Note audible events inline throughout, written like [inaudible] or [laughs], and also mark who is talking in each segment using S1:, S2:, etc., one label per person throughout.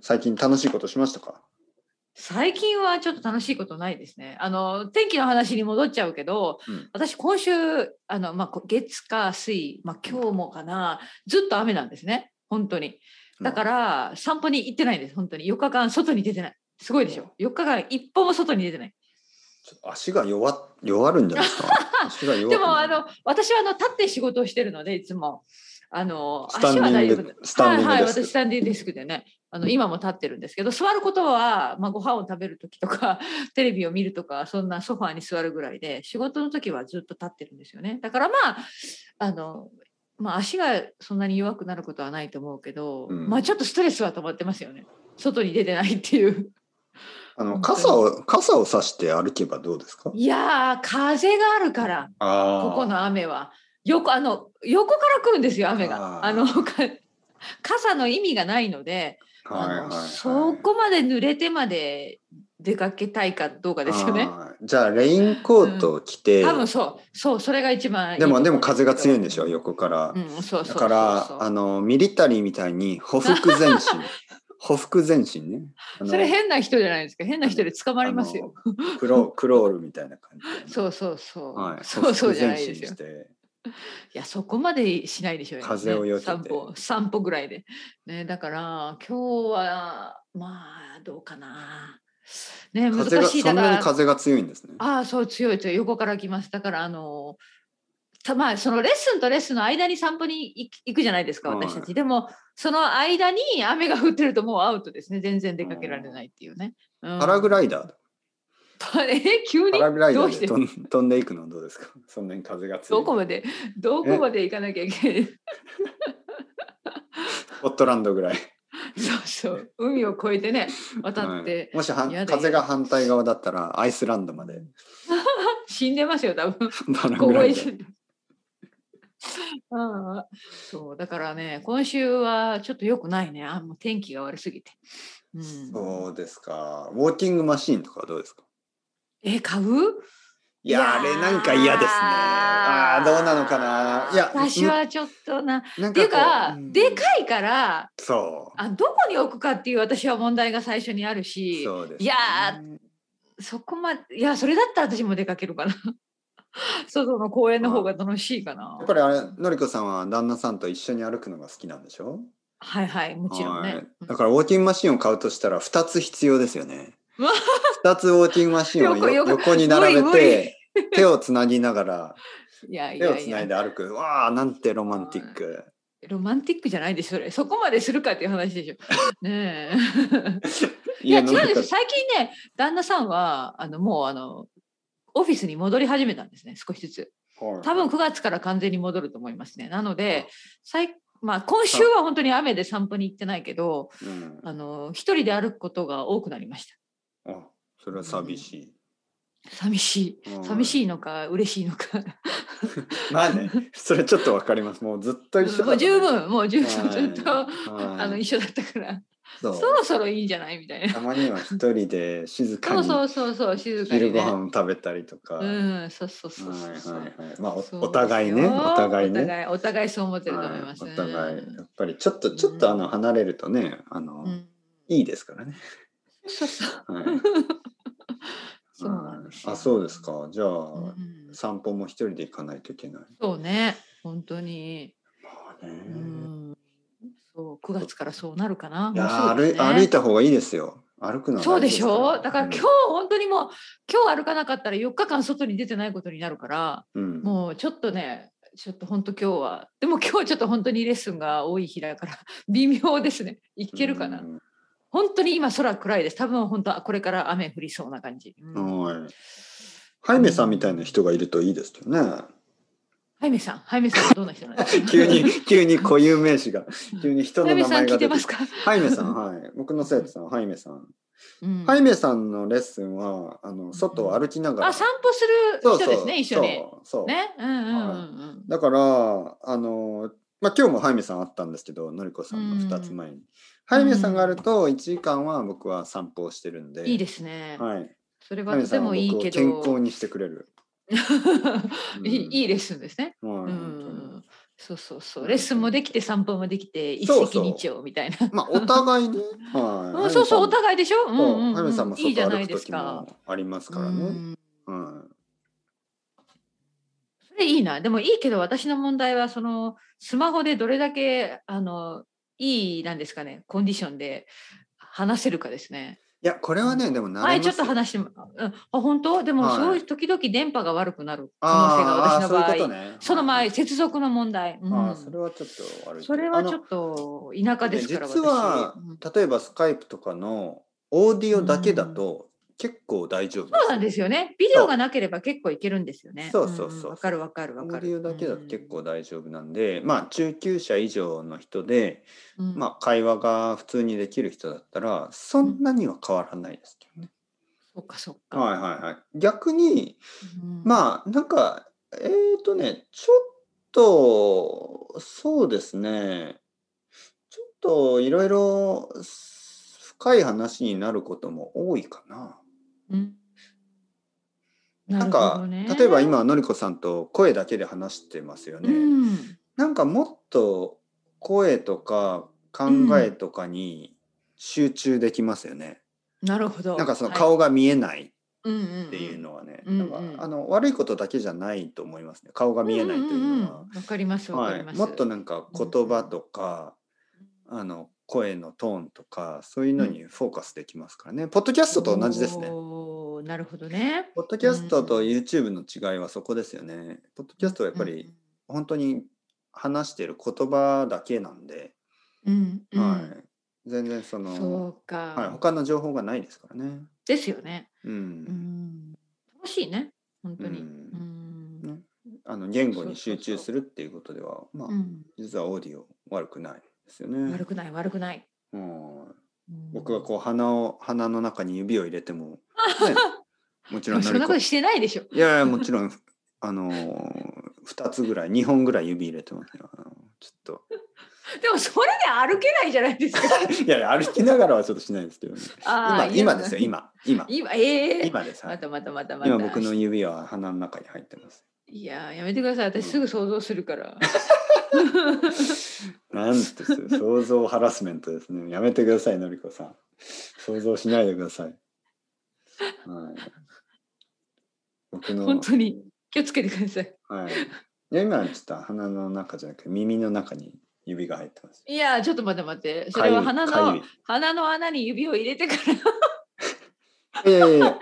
S1: 最近楽しいことしましたか
S2: 最近はちょっと楽しいことないですね。あの天気の話に戻っちゃうけど、
S1: うん、
S2: 私今週あの、まあ、こ月火水、まあ、今日もかなずっと雨なんですね本当にだからら散歩に行ってないんです本当に4日間外に出てないすごいでしょ4日間一歩も外に出てない
S1: ちょっと足が弱っ弱るんじゃないで
S2: [laughs]
S1: すか足が弱
S2: で
S1: く
S2: も
S1: な
S2: あ
S1: る
S2: の私はあの立って仕事をしてるのでいつもあの
S1: スタンディング
S2: で
S1: スタンディング
S2: はいは
S1: デ
S2: い
S1: スク
S2: 私スタンディングデスクでねあの今も立ってるんですけど座ることは、まあ、ご飯を食べる時とか [laughs] テレビを見るとかそんなソファーに座るぐらいで仕事の時はずっと立ってるんですよねだからまああのまあ足がそんなに弱くなることはないと思うけど、
S1: うん
S2: まあちょっとストレスは溜まってますよね外に出てないっていう
S1: あの
S2: 本当に
S1: 傘を傘を差して歩けばどうですか
S2: いやー風があるから
S1: あ
S2: こ
S1: ー
S2: この雨は横あの横から来るんですよ雨
S1: あ
S2: が。
S1: ー
S2: あのか傘の意味がないので、
S1: はいはい
S2: あの
S1: はい
S2: そこまで濡れてまで出かけたいかどうかですよね。
S1: あーじゃあレインコートを着て、
S2: 多分そうそうそれが一番いい
S1: でもでも
S2: とこ
S1: 風が強いんでしょ
S2: すけど
S1: 横から、
S2: うん、そうそう
S1: だ
S2: そう
S1: から
S2: そう
S1: あのミリタリーみたいに歩服前
S2: [laughs]
S1: 進歩服前進ねあの
S2: それ変な人じゃないですか変な人で捕まりますよ。
S1: あのクロクロールみたいな感じでね、
S2: そうそうそう、
S1: はい、
S2: そうそうじゃない
S1: 歩服
S2: です
S1: 前進
S2: よ
S1: し。て
S2: いやそこまでしないでしょうね
S1: 風をよけて
S2: 散歩散歩ぐらいで、ね、だから今日はまあどうかなね難
S1: 風が
S2: しい
S1: そ
S2: だ
S1: ん
S2: か
S1: なに
S2: ら
S1: 風が強いんですね。
S2: ああそう強い強い横から来ますだからあのたまあそのレッスンとレッスンの間に散歩に行き行くじゃないですか
S1: はい
S2: 私たち、でもその間に雨が降ってるともうアウトですね全然出かけられないっていうね、うん
S1: パラグライダー、
S2: [laughs] え
S1: パ
S2: 急に
S1: ラグライダ
S2: どう
S1: ー
S2: し
S1: で
S2: て
S1: 飛ん [laughs] 飛んでいくのはどうですか。 [laughs] そんなに風が強
S2: ど
S1: い。
S2: こまでどこまで行かなきゃいけない [laughs]
S1: ホットランドぐらい。
S2: そうそう海を越えてね渡って、
S1: はいもしはん
S2: やだ
S1: 風が反対側だったらアイスランドまで。
S2: 死んでますよ多分
S1: パラ
S2: 凍
S1: グラ
S2: え
S1: イダ
S2: 死
S1: ー
S2: んでうん [laughs] うんそうだからね今週はちょっと良くないねあもう天気が悪すぎて、うん、
S1: そうですか。ウォーキングマシーンとかはどうですか。
S2: え買う
S1: いやーあれなんか嫌ですね。ああーどうなのかな。いや
S2: 私はちょっとなっ
S1: うんなん
S2: ていう
S1: こ
S2: か、
S1: うん
S2: でかいから
S1: そう。
S2: あどこに置くかっていう私は問題が最初にあるし
S1: そうですね
S2: いやそこまでいやそれだったら私も出かけるかな [laughs] 外の公園の方が楽しいかな
S1: やっぱりあれのりこさんは旦那さんと一緒に歩くのが好きなんでしょ
S2: はいはいもちろんね、
S1: はい
S2: うん
S1: だからウォーキングマシンを買うとしたら2つ必要ですよね
S2: [laughs] うわ。
S1: 2つウォーキングマシンをよ
S2: よくよく
S1: 横に並べ
S2: 無理無
S1: て手をつなぎながら
S2: い [laughs] やい
S1: 手を
S2: や
S1: つ
S2: い
S1: な
S2: や
S1: いで歩く。わあなんてロマンティック。
S2: ロマンティックじゃないでしょそれそこまでするかっていう
S1: [laughs]
S2: 話でしょ。ねえい
S1: い
S2: や違うんです最近ね旦那さんはあのもうあのオフィスに戻り始めたんですね少しずつ多分9月から完全に戻ると思いますねなので最、まあ、今週は本当に雨で散歩に行ってないけど
S1: うん
S2: あの一人で歩くことが多くなりました
S1: あそれは寂し
S2: 寂し
S1: い。うん
S2: い寂しいのか嬉しいのか
S1: まあね、 [laughs] それちょっとわかります。もうずっと一緒だと
S2: もう十。分もう十
S1: は
S2: 分
S1: い
S2: ずっとあの
S1: はい
S2: 一緒だったから
S1: そ
S2: そうろそろいいんじゃないみたいな
S1: たまには一人で静か
S2: そう
S1: に
S2: そうそうそう静か
S1: 昼
S2: に
S1: ご
S2: ね。
S1: 飯を食べたりとか。
S2: うんそうそうそう
S1: はい
S2: そうそう。
S1: はいはい。まあお
S2: そうですよ
S1: お互いね、お互いね。
S2: お互いお互いそう思ってると思います。
S1: はいお互い
S2: うん
S1: やっぱりちょっとちょっとあの離れるとね、あの、
S2: うん
S1: いいですからね。
S2: そうそう。
S1: はい。
S2: [laughs] そうなんですよ
S1: あそうですか。じゃあ、
S2: うん
S1: 散歩も一人で行かないといけない。
S2: そうね。本当に。
S1: まあね
S2: うん。そう九月からそうなるかな。
S1: いや
S2: もうすぐ
S1: 歩
S2: で
S1: い
S2: すね
S1: 歩いた方がいいですよ。歩くのは
S2: そう
S1: 大事
S2: ですし
S1: から
S2: ょだから今日本当にもう今日歩かなかったら4日間外に出てないことになるから
S1: うんうん
S2: もうちょっとねちょっと本当今日はでも今日ちょっと本当にレッスンが多い日だから微妙ですねいけるかな、
S1: うん
S2: 本当に今空暗いです。多分本当これから雨降りそうな感じ。うん
S1: はい。ハイメさんみたいな人がいるといいですよね。。
S2: ハイメさん、ハイメさんはどんな人なんです
S1: [laughs]
S2: か
S1: 急に急に固有名詞が急に人
S2: ハ
S1: の
S2: イメ
S1: 名
S2: さ
S1: 前
S2: ん聞
S1: が
S2: いて
S1: 出
S2: ま
S1: て
S2: すか。
S1: ハイメさんはい僕の生徒さんハイメさん
S2: うん
S1: ハイメさんのレッスンはあの外を歩きながら、
S2: あ、散歩する人ですね、一緒に。
S1: そうそう
S2: ね、うんうんうんうん。
S1: だからあの、まあ、今日もハイメさんあったんですけどのりこさんの2つ前に、ハイメさんがあると1時間は僕は散歩をしてるんで
S2: いいですね。
S1: はい、
S2: それ
S1: ハ
S2: は
S1: イメ
S2: と
S1: さ
S2: て
S1: んは
S2: もいい
S1: 僕を
S2: け
S1: 健康
S2: ど。
S1: にしてくれる、
S2: [laughs] いいいいレッスンですね。
S1: うん、
S2: う
S1: はい
S2: ん。そうそうそうレッスンもできて散歩もできて一
S1: そうそ
S2: 石
S1: う
S2: 二鳥みたいな
S1: まあお互いね。
S2: う
S1: はい。
S2: んそうそうお
S1: い。
S2: 互いでしょ、うん
S1: そう
S2: うん
S1: ハ
S2: う
S1: イ
S2: ん
S1: メさんも
S2: いいじ
S1: 外
S2: ゃな
S1: 歩
S2: い
S1: く
S2: です
S1: 時
S2: か
S1: もありますからね。
S2: うん
S1: うん。
S2: それいいなでもいいけど私の問題はそのスマホでどれだけあのいいなんですかねコンディションで話せるかですね。
S1: いやこれはねでもな
S2: 前ちょっと話しても、うん、あ本当でも
S1: はい
S2: すごい時々電波が悪くなる可能性が
S1: あ
S2: 私
S1: ーあーそ
S2: の
S1: う
S2: 場
S1: いう
S2: 合
S1: こと
S2: そ,、
S1: ね。
S2: の
S1: はい
S2: 前接続の問題、うん
S1: あー
S2: そ
S1: そ
S2: れ
S1: れはちょっと悪い。
S2: はちょ
S1: と
S2: っと田舎ですから
S1: 実は
S2: 私、うん
S1: 例えばスカイプとかのオーディオだけだと結構大丈夫です。
S2: そうなんですよねビデオがなければ結構いけるんですよね
S1: そうそうそうそうん
S2: わかるわかる
S1: オ
S2: わ
S1: ー
S2: か
S1: デ
S2: る
S1: ィオだけだと結構大丈夫なんで、まあ中級者以上の人で、
S2: うん
S1: まあ会話が普通にできる人だったらそんなには変わらないですけどね。
S2: そっかそっか、
S1: はいはいはい。逆に
S2: うん
S1: まあなんかえっ、ー、とねちょっとそうですねちょっといろいろ深い話になることも多いかな。
S2: うん
S1: なん
S2: るほ
S1: か
S2: どね
S1: 例えば今のりこさんと声だけで話してますよね。
S2: うん
S1: なんかもっと声とか考えとかに集中できますよね。
S2: なるほど。
S1: なんかその
S2: っ
S1: 顔が見えない
S2: て
S1: っていうのはね、
S2: うんうん
S1: なんかあの悪いことだけじゃないと思いますね。顔が見えないというのは。
S2: わかりますわか
S1: は
S2: り
S1: い、
S2: ます。
S1: もっとなんか言葉とか、あの声のトーンとかそういうのにフォーカスできますからね、ポッドキャストと同じですね
S2: おーなるほどね。
S1: ポッドキャストと YouTube の違いはそこですよねポッドキャストはやっぱり本当に話してる言葉だけなんで、
S2: うん、うん、
S1: はい、全然その
S2: そうか、
S1: はい、他の情報がないですからね
S2: ですよね。
S1: う、
S2: うんん、楽しいね本当に。
S1: う
S2: うんん
S1: ねあの言語に集中するっていうことではまあ、
S2: うん
S1: 実はオーディオ悪くないですよ
S2: 悪
S1: ね、
S2: くない悪くない。
S1: うん、
S2: うん
S1: 僕がこう鼻を鼻の中に指を入れて
S2: [laughs]
S1: も、ね、もち
S2: で
S1: ろ
S2: も
S1: ん
S2: そ
S1: なんる
S2: な
S1: こ
S2: こと
S1: い
S2: してないでしょ。
S1: やいやもちろんあのー、2つぐらい2本ぐらい指入れてますよあのちょっ
S2: でもそれで歩けないじゃな
S1: [laughs]
S2: いですか。
S1: といやいや歩きながらはちょっとしないですけどね今
S2: あー
S1: 今ですよ。今今
S2: 今ええ
S1: 今です、は
S2: ま
S1: い、
S2: たまたまたまた。
S1: 今僕の指は鼻の中に入ってます
S2: いやーやめてください私すぐ想像するから。
S1: なんてす想像ハラスメントですねやめてくださいのりこさん想像しないでください、はい、僕の
S2: 本当に気をつけてください。
S1: はい。いや今はちょっと鼻の中じゃなくて耳の中に指が入ってます。
S2: いやーちょっと待って待ってそれは鼻
S1: かゆい
S2: の鼻の穴に指を入れてから
S1: かゆいいやいやい
S2: [laughs]
S1: や。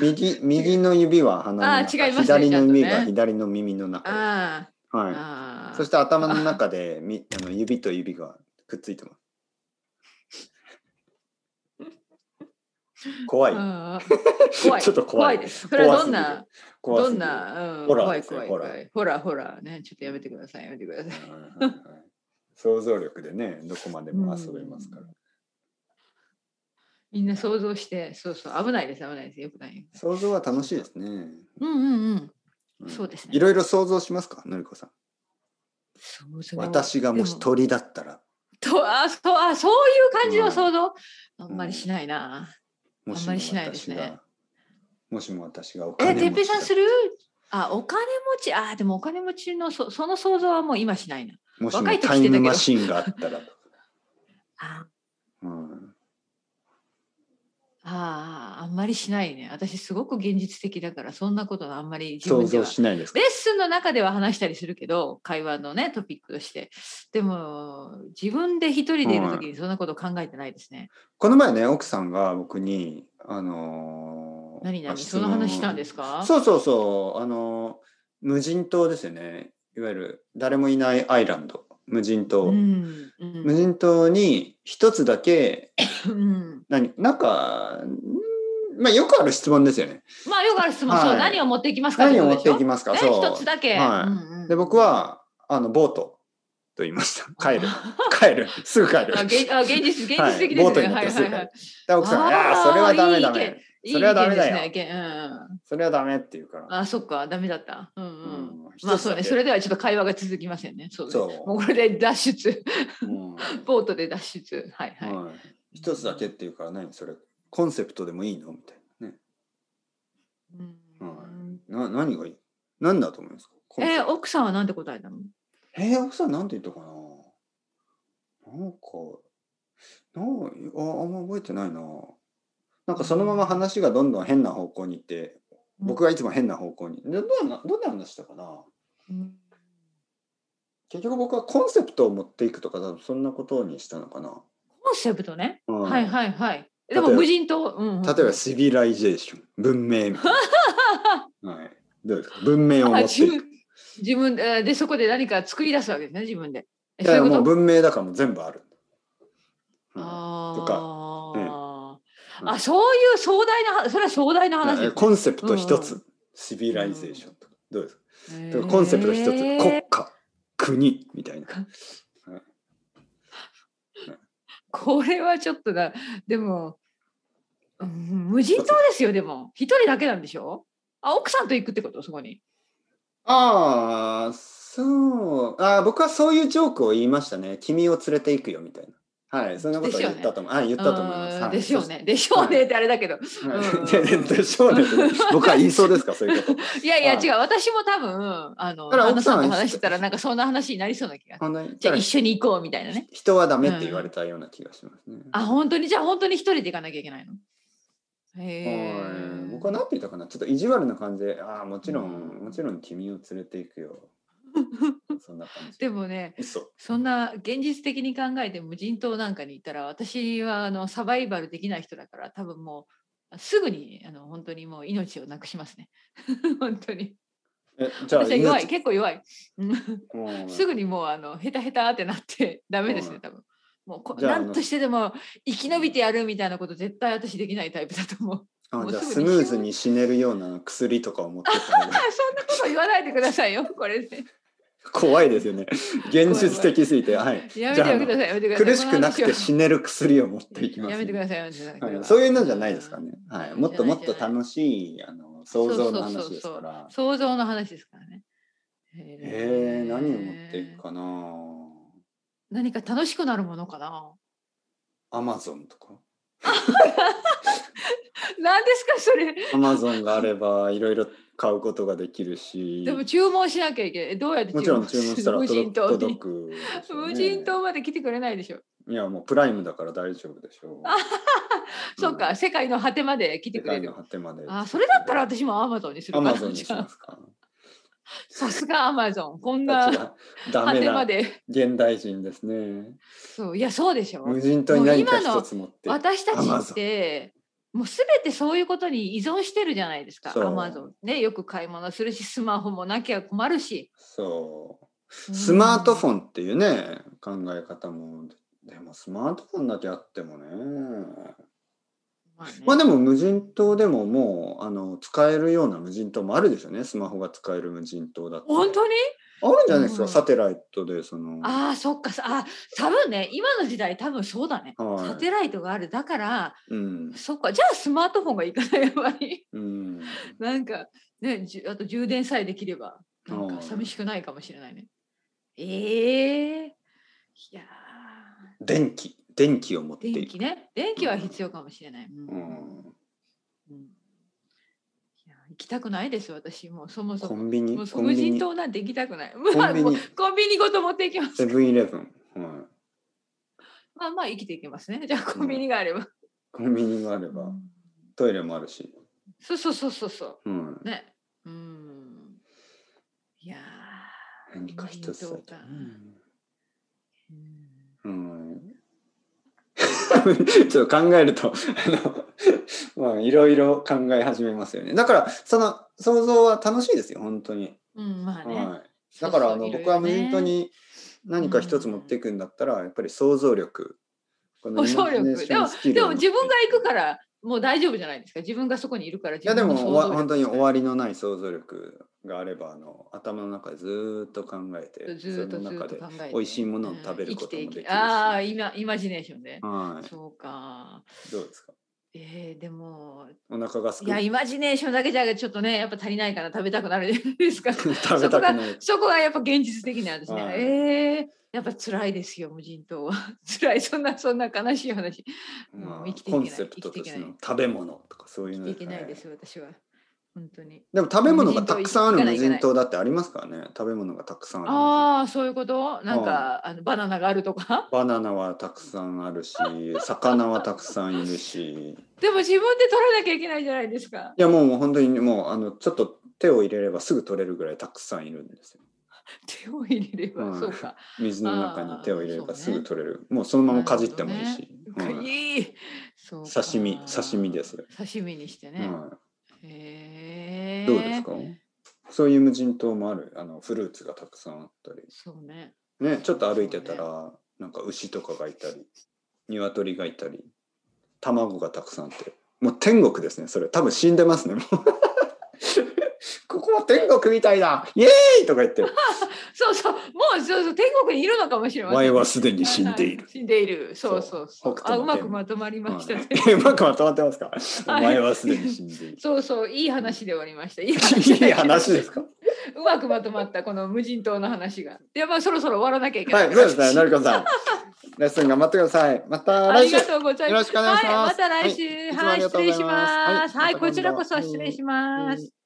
S1: 右右の指は鼻の中
S2: あー違いますね
S1: 左の指
S2: ちゃん
S1: が
S2: とね
S1: 左の耳の [laughs] 中で
S2: あ
S1: す。
S2: ー
S1: は
S2: あ
S1: い。
S2: ー
S1: そして頭の中でみあの指と指がくっつい
S2: [laughs]
S1: てます。怖い。
S2: あー怖
S1: [laughs]
S2: い
S1: ちょっと怖い
S2: ですそれ
S1: 怖す
S2: はどん
S1: ぎ
S2: な
S1: る怖
S2: ど
S1: すぎ
S2: ん
S1: る
S2: な、うん、
S1: ホラー
S2: 怖い
S1: ですね
S2: 怖い
S1: ホ
S2: 怖
S1: ラー
S2: いほらほらねちょっとやめてくださいやめてください
S1: はいはいはい想像力でねどこまでも遊べますから。
S2: みんな想像してそうそう危ないです危ないですよくないよ
S1: 想像は楽しいですね。
S2: うんうんうん
S1: ん
S2: そうですね
S1: いろいろ想像しますかのりこさん。
S2: 想像
S1: 私がもし
S2: で
S1: 鳥だったら、
S2: とあそうあそういう感じの想像、あ
S1: ん
S2: んまりしないな、
S1: もし
S2: あんま
S1: も
S2: りしないです
S1: 私
S2: ね
S1: が、もしも私がお
S2: え
S1: 金持ち
S2: てっ
S1: だ
S2: ぺいさんするあお金持ちあでもお金持ちのそその想像はもう今しないな
S1: もしも
S2: 若い時
S1: タイ
S2: してたけど
S1: ムマシンがあったらとか、
S2: あ
S1: うん、
S2: ああんまりしないね私すごく現実的だからそんなことはあんまり自
S1: 想
S2: 分で
S1: 像
S2: は
S1: しないですか
S2: レッスンの中では話したりするけど会話のねトピックとしてでも自分で一人でいる時にそんなこと考えてないですね、
S1: この前ね奥さんが僕にあのー
S2: 何々その話したんですすか
S1: そうそうそうあのー無人島ですよねいわゆる誰もいないアイランド無人島、
S2: うんう
S1: 無
S2: ん
S1: 人島に一つだけ
S2: うん、
S1: 何なんかんまあよくある質問ですよね
S2: まあよくある質問、
S1: はい
S2: そう何を持っていきますか
S1: 何を持っていき
S2: ま
S1: ますか、
S2: ね、
S1: そう
S2: 一つだけ、
S1: はい
S2: うんうん
S1: で僕はあのボートと言いま
S2: [laughs]
S1: した帰る帰るすぐ帰る
S2: あ現あ現実現
S1: は
S2: 実
S1: い
S2: 的ですね、
S1: ボートに乗っ
S2: は
S1: て
S2: いは
S1: すぐ
S2: い
S1: 帰
S2: はい
S1: るで奥さんが「いやー
S2: あー
S1: それはダメだ
S2: いい意
S1: ね
S2: 見
S1: それはダメだよ
S2: いい意見ですねうんうん
S1: それはダメ」って言うから
S2: あ、そっか、ダメだった。うんうん。
S1: うん一つだけ
S2: まあそうね、それではちょっと会話が続きませんね。そうね
S1: そう
S2: もうこれで脱出、
S1: うん
S2: ボートで脱出。はいはい。
S1: はい一つだけって言うから何それコンセプトでもいいのみたいなね
S2: うん
S1: はな何がいい何だと思いますかコンセ
S2: え
S1: プ
S2: ー奥さんはなんて答えたの
S1: えー、奥さんなんて言ったかななんか、なんああんま覚えてないな。なんかそのまま話がどんどん変な方向に行って、
S2: うん
S1: 僕がいつも変な方向に。でどんな、どんな話したかな
S2: うん
S1: 結局僕はコンセプトを持っていくとか、多分そんなことにしたのかな。
S2: コンセプトね。
S1: うん
S2: はいはいはい。
S1: 例え
S2: で
S1: ば
S2: も無人島。うんうん
S1: 例えばシビライゼーション、文明みたい [laughs] な。はい。どうですか文明を持っ
S2: あ
S1: て
S2: 自
S1: いく。
S2: 分自分ででそこで何か作り出すわけですね自分で。え
S1: だからもう
S2: と
S1: 文明だからもう全部ある。うんと
S2: あ
S1: う
S2: ー
S1: ん
S2: あそういう壮大なそれは壮大な話
S1: え
S2: で
S1: ー
S2: す
S1: コンセプト一
S2: う
S1: つ、シビライゼーションとか、どうですか
S2: ね。
S1: だからコンセプト一つ、
S2: へー
S1: 国家、国みたいな。
S2: これはちょっとだでも、うん無人島ですよでも一人だけなんでしょあ奥さんと行くってことそこに。
S1: ああ、そう。ああ、僕はそういうジョークを言いましたね。君を連れて行くよみたいな。はい、そんなことを言ったと思う。はい、言ったと思います。
S2: うん
S1: はい、
S2: でしょうね。でしょうねってあれだけど。
S1: そうそう。
S2: うん
S1: はい [laughs] でしょうねってね。僕は言いそうですか、そういうこと。
S2: いやいや
S1: はい
S2: 違う私も多分あの
S1: ただ
S2: 旦那
S1: 奥さん
S2: さ
S1: は
S2: んと話してたらなんかそんな話になりそうな気がす
S1: [laughs]
S2: る。
S1: 本当に。
S2: じゃあ
S1: ただ
S2: 一緒に行こうみたいなね。
S1: 人はダメって言われたような気がしますね。
S2: あ本当にじゃあ本当に一人で行かなきゃいけないの。へ
S1: はい
S2: え。
S1: 僕は何て言ったかなちょっと意地悪な感じで、ああ、もちろん、もちろん君を連れて行く
S2: [laughs]
S1: よ。そんな感じ。
S2: でもね
S1: 嘘。
S2: そんな現実的に考えて無人島なんかに行ったら私はあのサバイバルできない人だから多分もうすぐにあの本当にもう命をなくしますね。 [laughs] 本当に。
S1: え、じゃあ、
S2: 私は弱い
S1: 命
S2: 結構弱い。うん
S1: うん
S2: すぐにもうあのヘタヘタってなってダメです
S1: う
S2: ね
S1: ん
S2: 多分。もうこ
S1: じゃああの
S2: 何としてでも生き延びてやるみたいなこと絶対私できないタイプだと
S1: [laughs]
S2: 思う。
S1: あ
S2: もう
S1: じゃあ
S2: す
S1: ス
S2: ぐに
S1: ムーズに死ねるような薬とかを持ってった方が
S2: あそんなこと言わないでくださいよこれで。
S1: [laughs] 怖いですよね現実的すぎてはい
S2: やめてくださいやめてください。
S1: 苦しくなく
S2: この
S1: て
S2: 話
S1: 死ねる薬を持っていき
S2: は
S1: ます
S2: やめてくださいやめてくださいこれ
S1: は、
S2: はい
S1: そういうのじゃないですかね、は
S2: じ
S1: い、
S2: ゃない
S1: もっともっと楽しいあの想像の話です
S2: そうそうそう
S1: から
S2: 想像の話ですからね。
S1: え
S2: へ
S1: ー、何を持っていくかな
S2: 何か楽しくなるものかな。
S1: アマゾンとか
S2: 何ですかそれ。
S1: アマゾンがあればいろいろ買うことができるし
S2: でも注文しなきゃいけない。えどうやって
S1: もちろん注文したら
S2: 無人
S1: 届
S2: 島に
S1: 届くでしょうね、
S2: 無人島まで来てくれないでしょ。
S1: いやもうプライムだから大丈夫でしょう
S2: そうか、世界の果てまで来て
S1: 世
S2: くれ
S1: 界
S2: る
S1: の。果てまで。
S2: あ、それだったら私もアマゾンにする
S1: ア
S2: かな。
S1: マゾンにし
S2: じゃ
S1: ま
S2: あ
S1: すか。
S2: さすがアマゾン。こん
S1: たち
S2: な
S1: はダ
S2: 果
S1: メ
S2: てま
S1: な
S2: で。
S1: 現代人ですね。
S2: そういやそうでしょ。
S1: 無人島に何か一つ持って。
S2: 私たち
S1: Amazon
S2: ってもうすべてそういうことに依存してるじゃないですか
S1: そう
S2: アマゾンねよく買い物するしスマホもなきゃ困るし
S1: そう。スマートフォ
S2: ン
S1: ンっていうね、考え方も。でもスマートフォンだけあってもね。まあでも無人島でももうあの使えるような無人島もあるでしょうね。スマホが使える無人島だって。
S2: 本当に
S1: あるんじゃないですか、
S2: うん
S1: サテライトでその。
S2: ああそっかさあ多分ね今の時代多分そうだね、
S1: はい
S2: サテライトがあるだから
S1: うん。
S2: そっかじゃあスマートフォンがいいかなやっぱり [laughs]
S1: うん。
S2: なんかねじゅあと充電さえできればなん
S1: は
S2: か
S1: い
S2: 寂しくないかもしれないねええいやー
S1: 電気。電気を持って
S2: 電
S1: い
S2: 気
S1: く。
S2: ね電気は必要かもしれない、うん
S1: うん。
S2: うんいや行きたくないです私もうそもそ
S1: コ
S2: も
S1: ンビニ。
S2: もうそ
S1: コ
S2: う
S1: ンビ
S2: 無
S1: ニ
S2: 人島なんて行きたくない
S1: コンビ
S2: まあ [laughs]
S1: ニ
S2: もうコンビニごと持っていきます
S1: セブンイレブン。はい。
S2: まあまあ生きていけますねじゃあコンビニがあれば、
S1: コンビニがあれば、トイレもあるし。
S2: そうそうそうそうそ
S1: うん
S2: う。ねうんいやー
S1: 何か一つだ
S2: 無人
S1: け
S2: 島か
S1: う
S2: うん
S1: ん。 [laughs] ちょっと考えると、あの、まあ、いろいろ考え始めますよね。だから、その、想像は楽しいですよ、本当に。
S2: うんまあね、
S1: はい。だから、あの、
S2: そうそう
S1: 僕はい無
S2: ろいろね
S1: 人島に何か一つ持っていくんだったら、やっぱり想像力。この
S2: 想像
S1: イマジネー
S2: 力
S1: シ
S2: で
S1: ョ
S2: も
S1: ンスキ
S2: で
S1: ルを
S2: も
S1: 持って
S2: 自分が行くからもう大丈夫じゃないですか自分がそこにいるから
S1: いやでも
S2: 自分
S1: お
S2: の
S1: わ
S2: 想像力
S1: 本当に終わりのない想像力があればあの頭の中でずーっと考えて
S2: ずーっと
S1: そ
S2: ず
S1: の
S2: ー
S1: 中
S2: っと
S1: で
S2: 考えて
S1: 美味しいものを食べることも
S2: うん生きてい
S1: でき
S2: け
S1: るし
S2: ああ今イマジネーションで、
S1: は
S2: そうか
S1: いどうですか
S2: えー、でも
S1: お腹がす
S2: い
S1: く
S2: やイマジネーションだけじゃちょっとねやっぱ足りないから食べたくなるじゃないですか [laughs]
S1: 食べたくなる
S2: そこがやっぱ現実的なんですね、
S1: はい
S2: えー、やっぱ辛いですよ無人島は [laughs] 辛いそんなそんな悲しい話もう
S1: まあ
S2: 生きてい
S1: コ
S2: けない
S1: ンセプトとして
S2: 生きていけな
S1: の食べ物とかそうい
S2: 生
S1: う
S2: き
S1: の
S2: ていけないです
S1: ね
S2: 私は本当に。
S1: でも食べ物がたくさんある無
S2: 無人島
S1: 人島だってありますからね。食べ物がたくさんある無人島。
S2: ああ、そういうことなんか、あのバナナがあるとか [laughs]
S1: バナナはたくさんあるし、魚はたくさんいるし、
S2: でも自分で取らなきゃいけないじゃないですか。 [laughs]
S1: いやもうもう本当にもうあのちょっと手を入れればすぐ取れるぐらいたくさんいるんですよ。
S2: 手を入れれば、
S1: うん
S2: そうか。
S1: 水の中に手を入れれば
S2: あー
S1: す
S2: そうね
S1: ぐ取れる。もうそのままかじってもいいし。
S2: か
S1: うん
S2: いいそうか
S1: 刺身刺身ですよ。
S2: 刺身にしてね。
S1: は
S2: へえ。
S1: い、どうですか、そういう無人島もあるあのフルーツがたくさんあったり、
S2: そうね。
S1: ね、ちょっと歩いてたら、なんか牛とかがいたり鶏がいたり卵がたくさんあってもう天国ですねそれ多分死んでますねもう [laughs] ここは天国みたいだイエーイとか言って
S2: [laughs]
S1: る
S2: そうそう、もうそうそう天国にいるのかもしれません。
S1: 前はすでに死んでいる
S2: は。死んでいる。そうそうそ
S1: そ
S2: う。
S1: う北
S2: あ、
S1: 斗
S2: う
S1: の
S2: ま
S1: 拳
S2: くまとまりま [laughs] したね。
S1: はいうまくまとまってますか、
S2: はい
S1: お前はすでに死んでいる
S2: そうそう、いい話で終わり
S1: [laughs]
S2: ました。いい話
S1: いい話です
S2: [laughs]
S1: か
S2: うまくまとまったこの無人島の話が。いやまあそろそろ終わらなきゃいけな。
S1: はいい、そうですね、のりこさん。レッスン頑張ってください。また
S2: あ
S1: 来
S2: り
S1: 週。
S2: がとうございます。
S1: よろしくお願いします
S2: はい、また来週。
S1: はいいつも
S2: は
S1: あ
S2: い、
S1: りがとうご
S2: 失
S1: ざ
S2: 礼
S1: い
S2: し
S1: ます
S2: ます。
S1: はい
S2: はい、
S1: また
S2: こ
S1: 今度
S2: ちらこそ失礼します。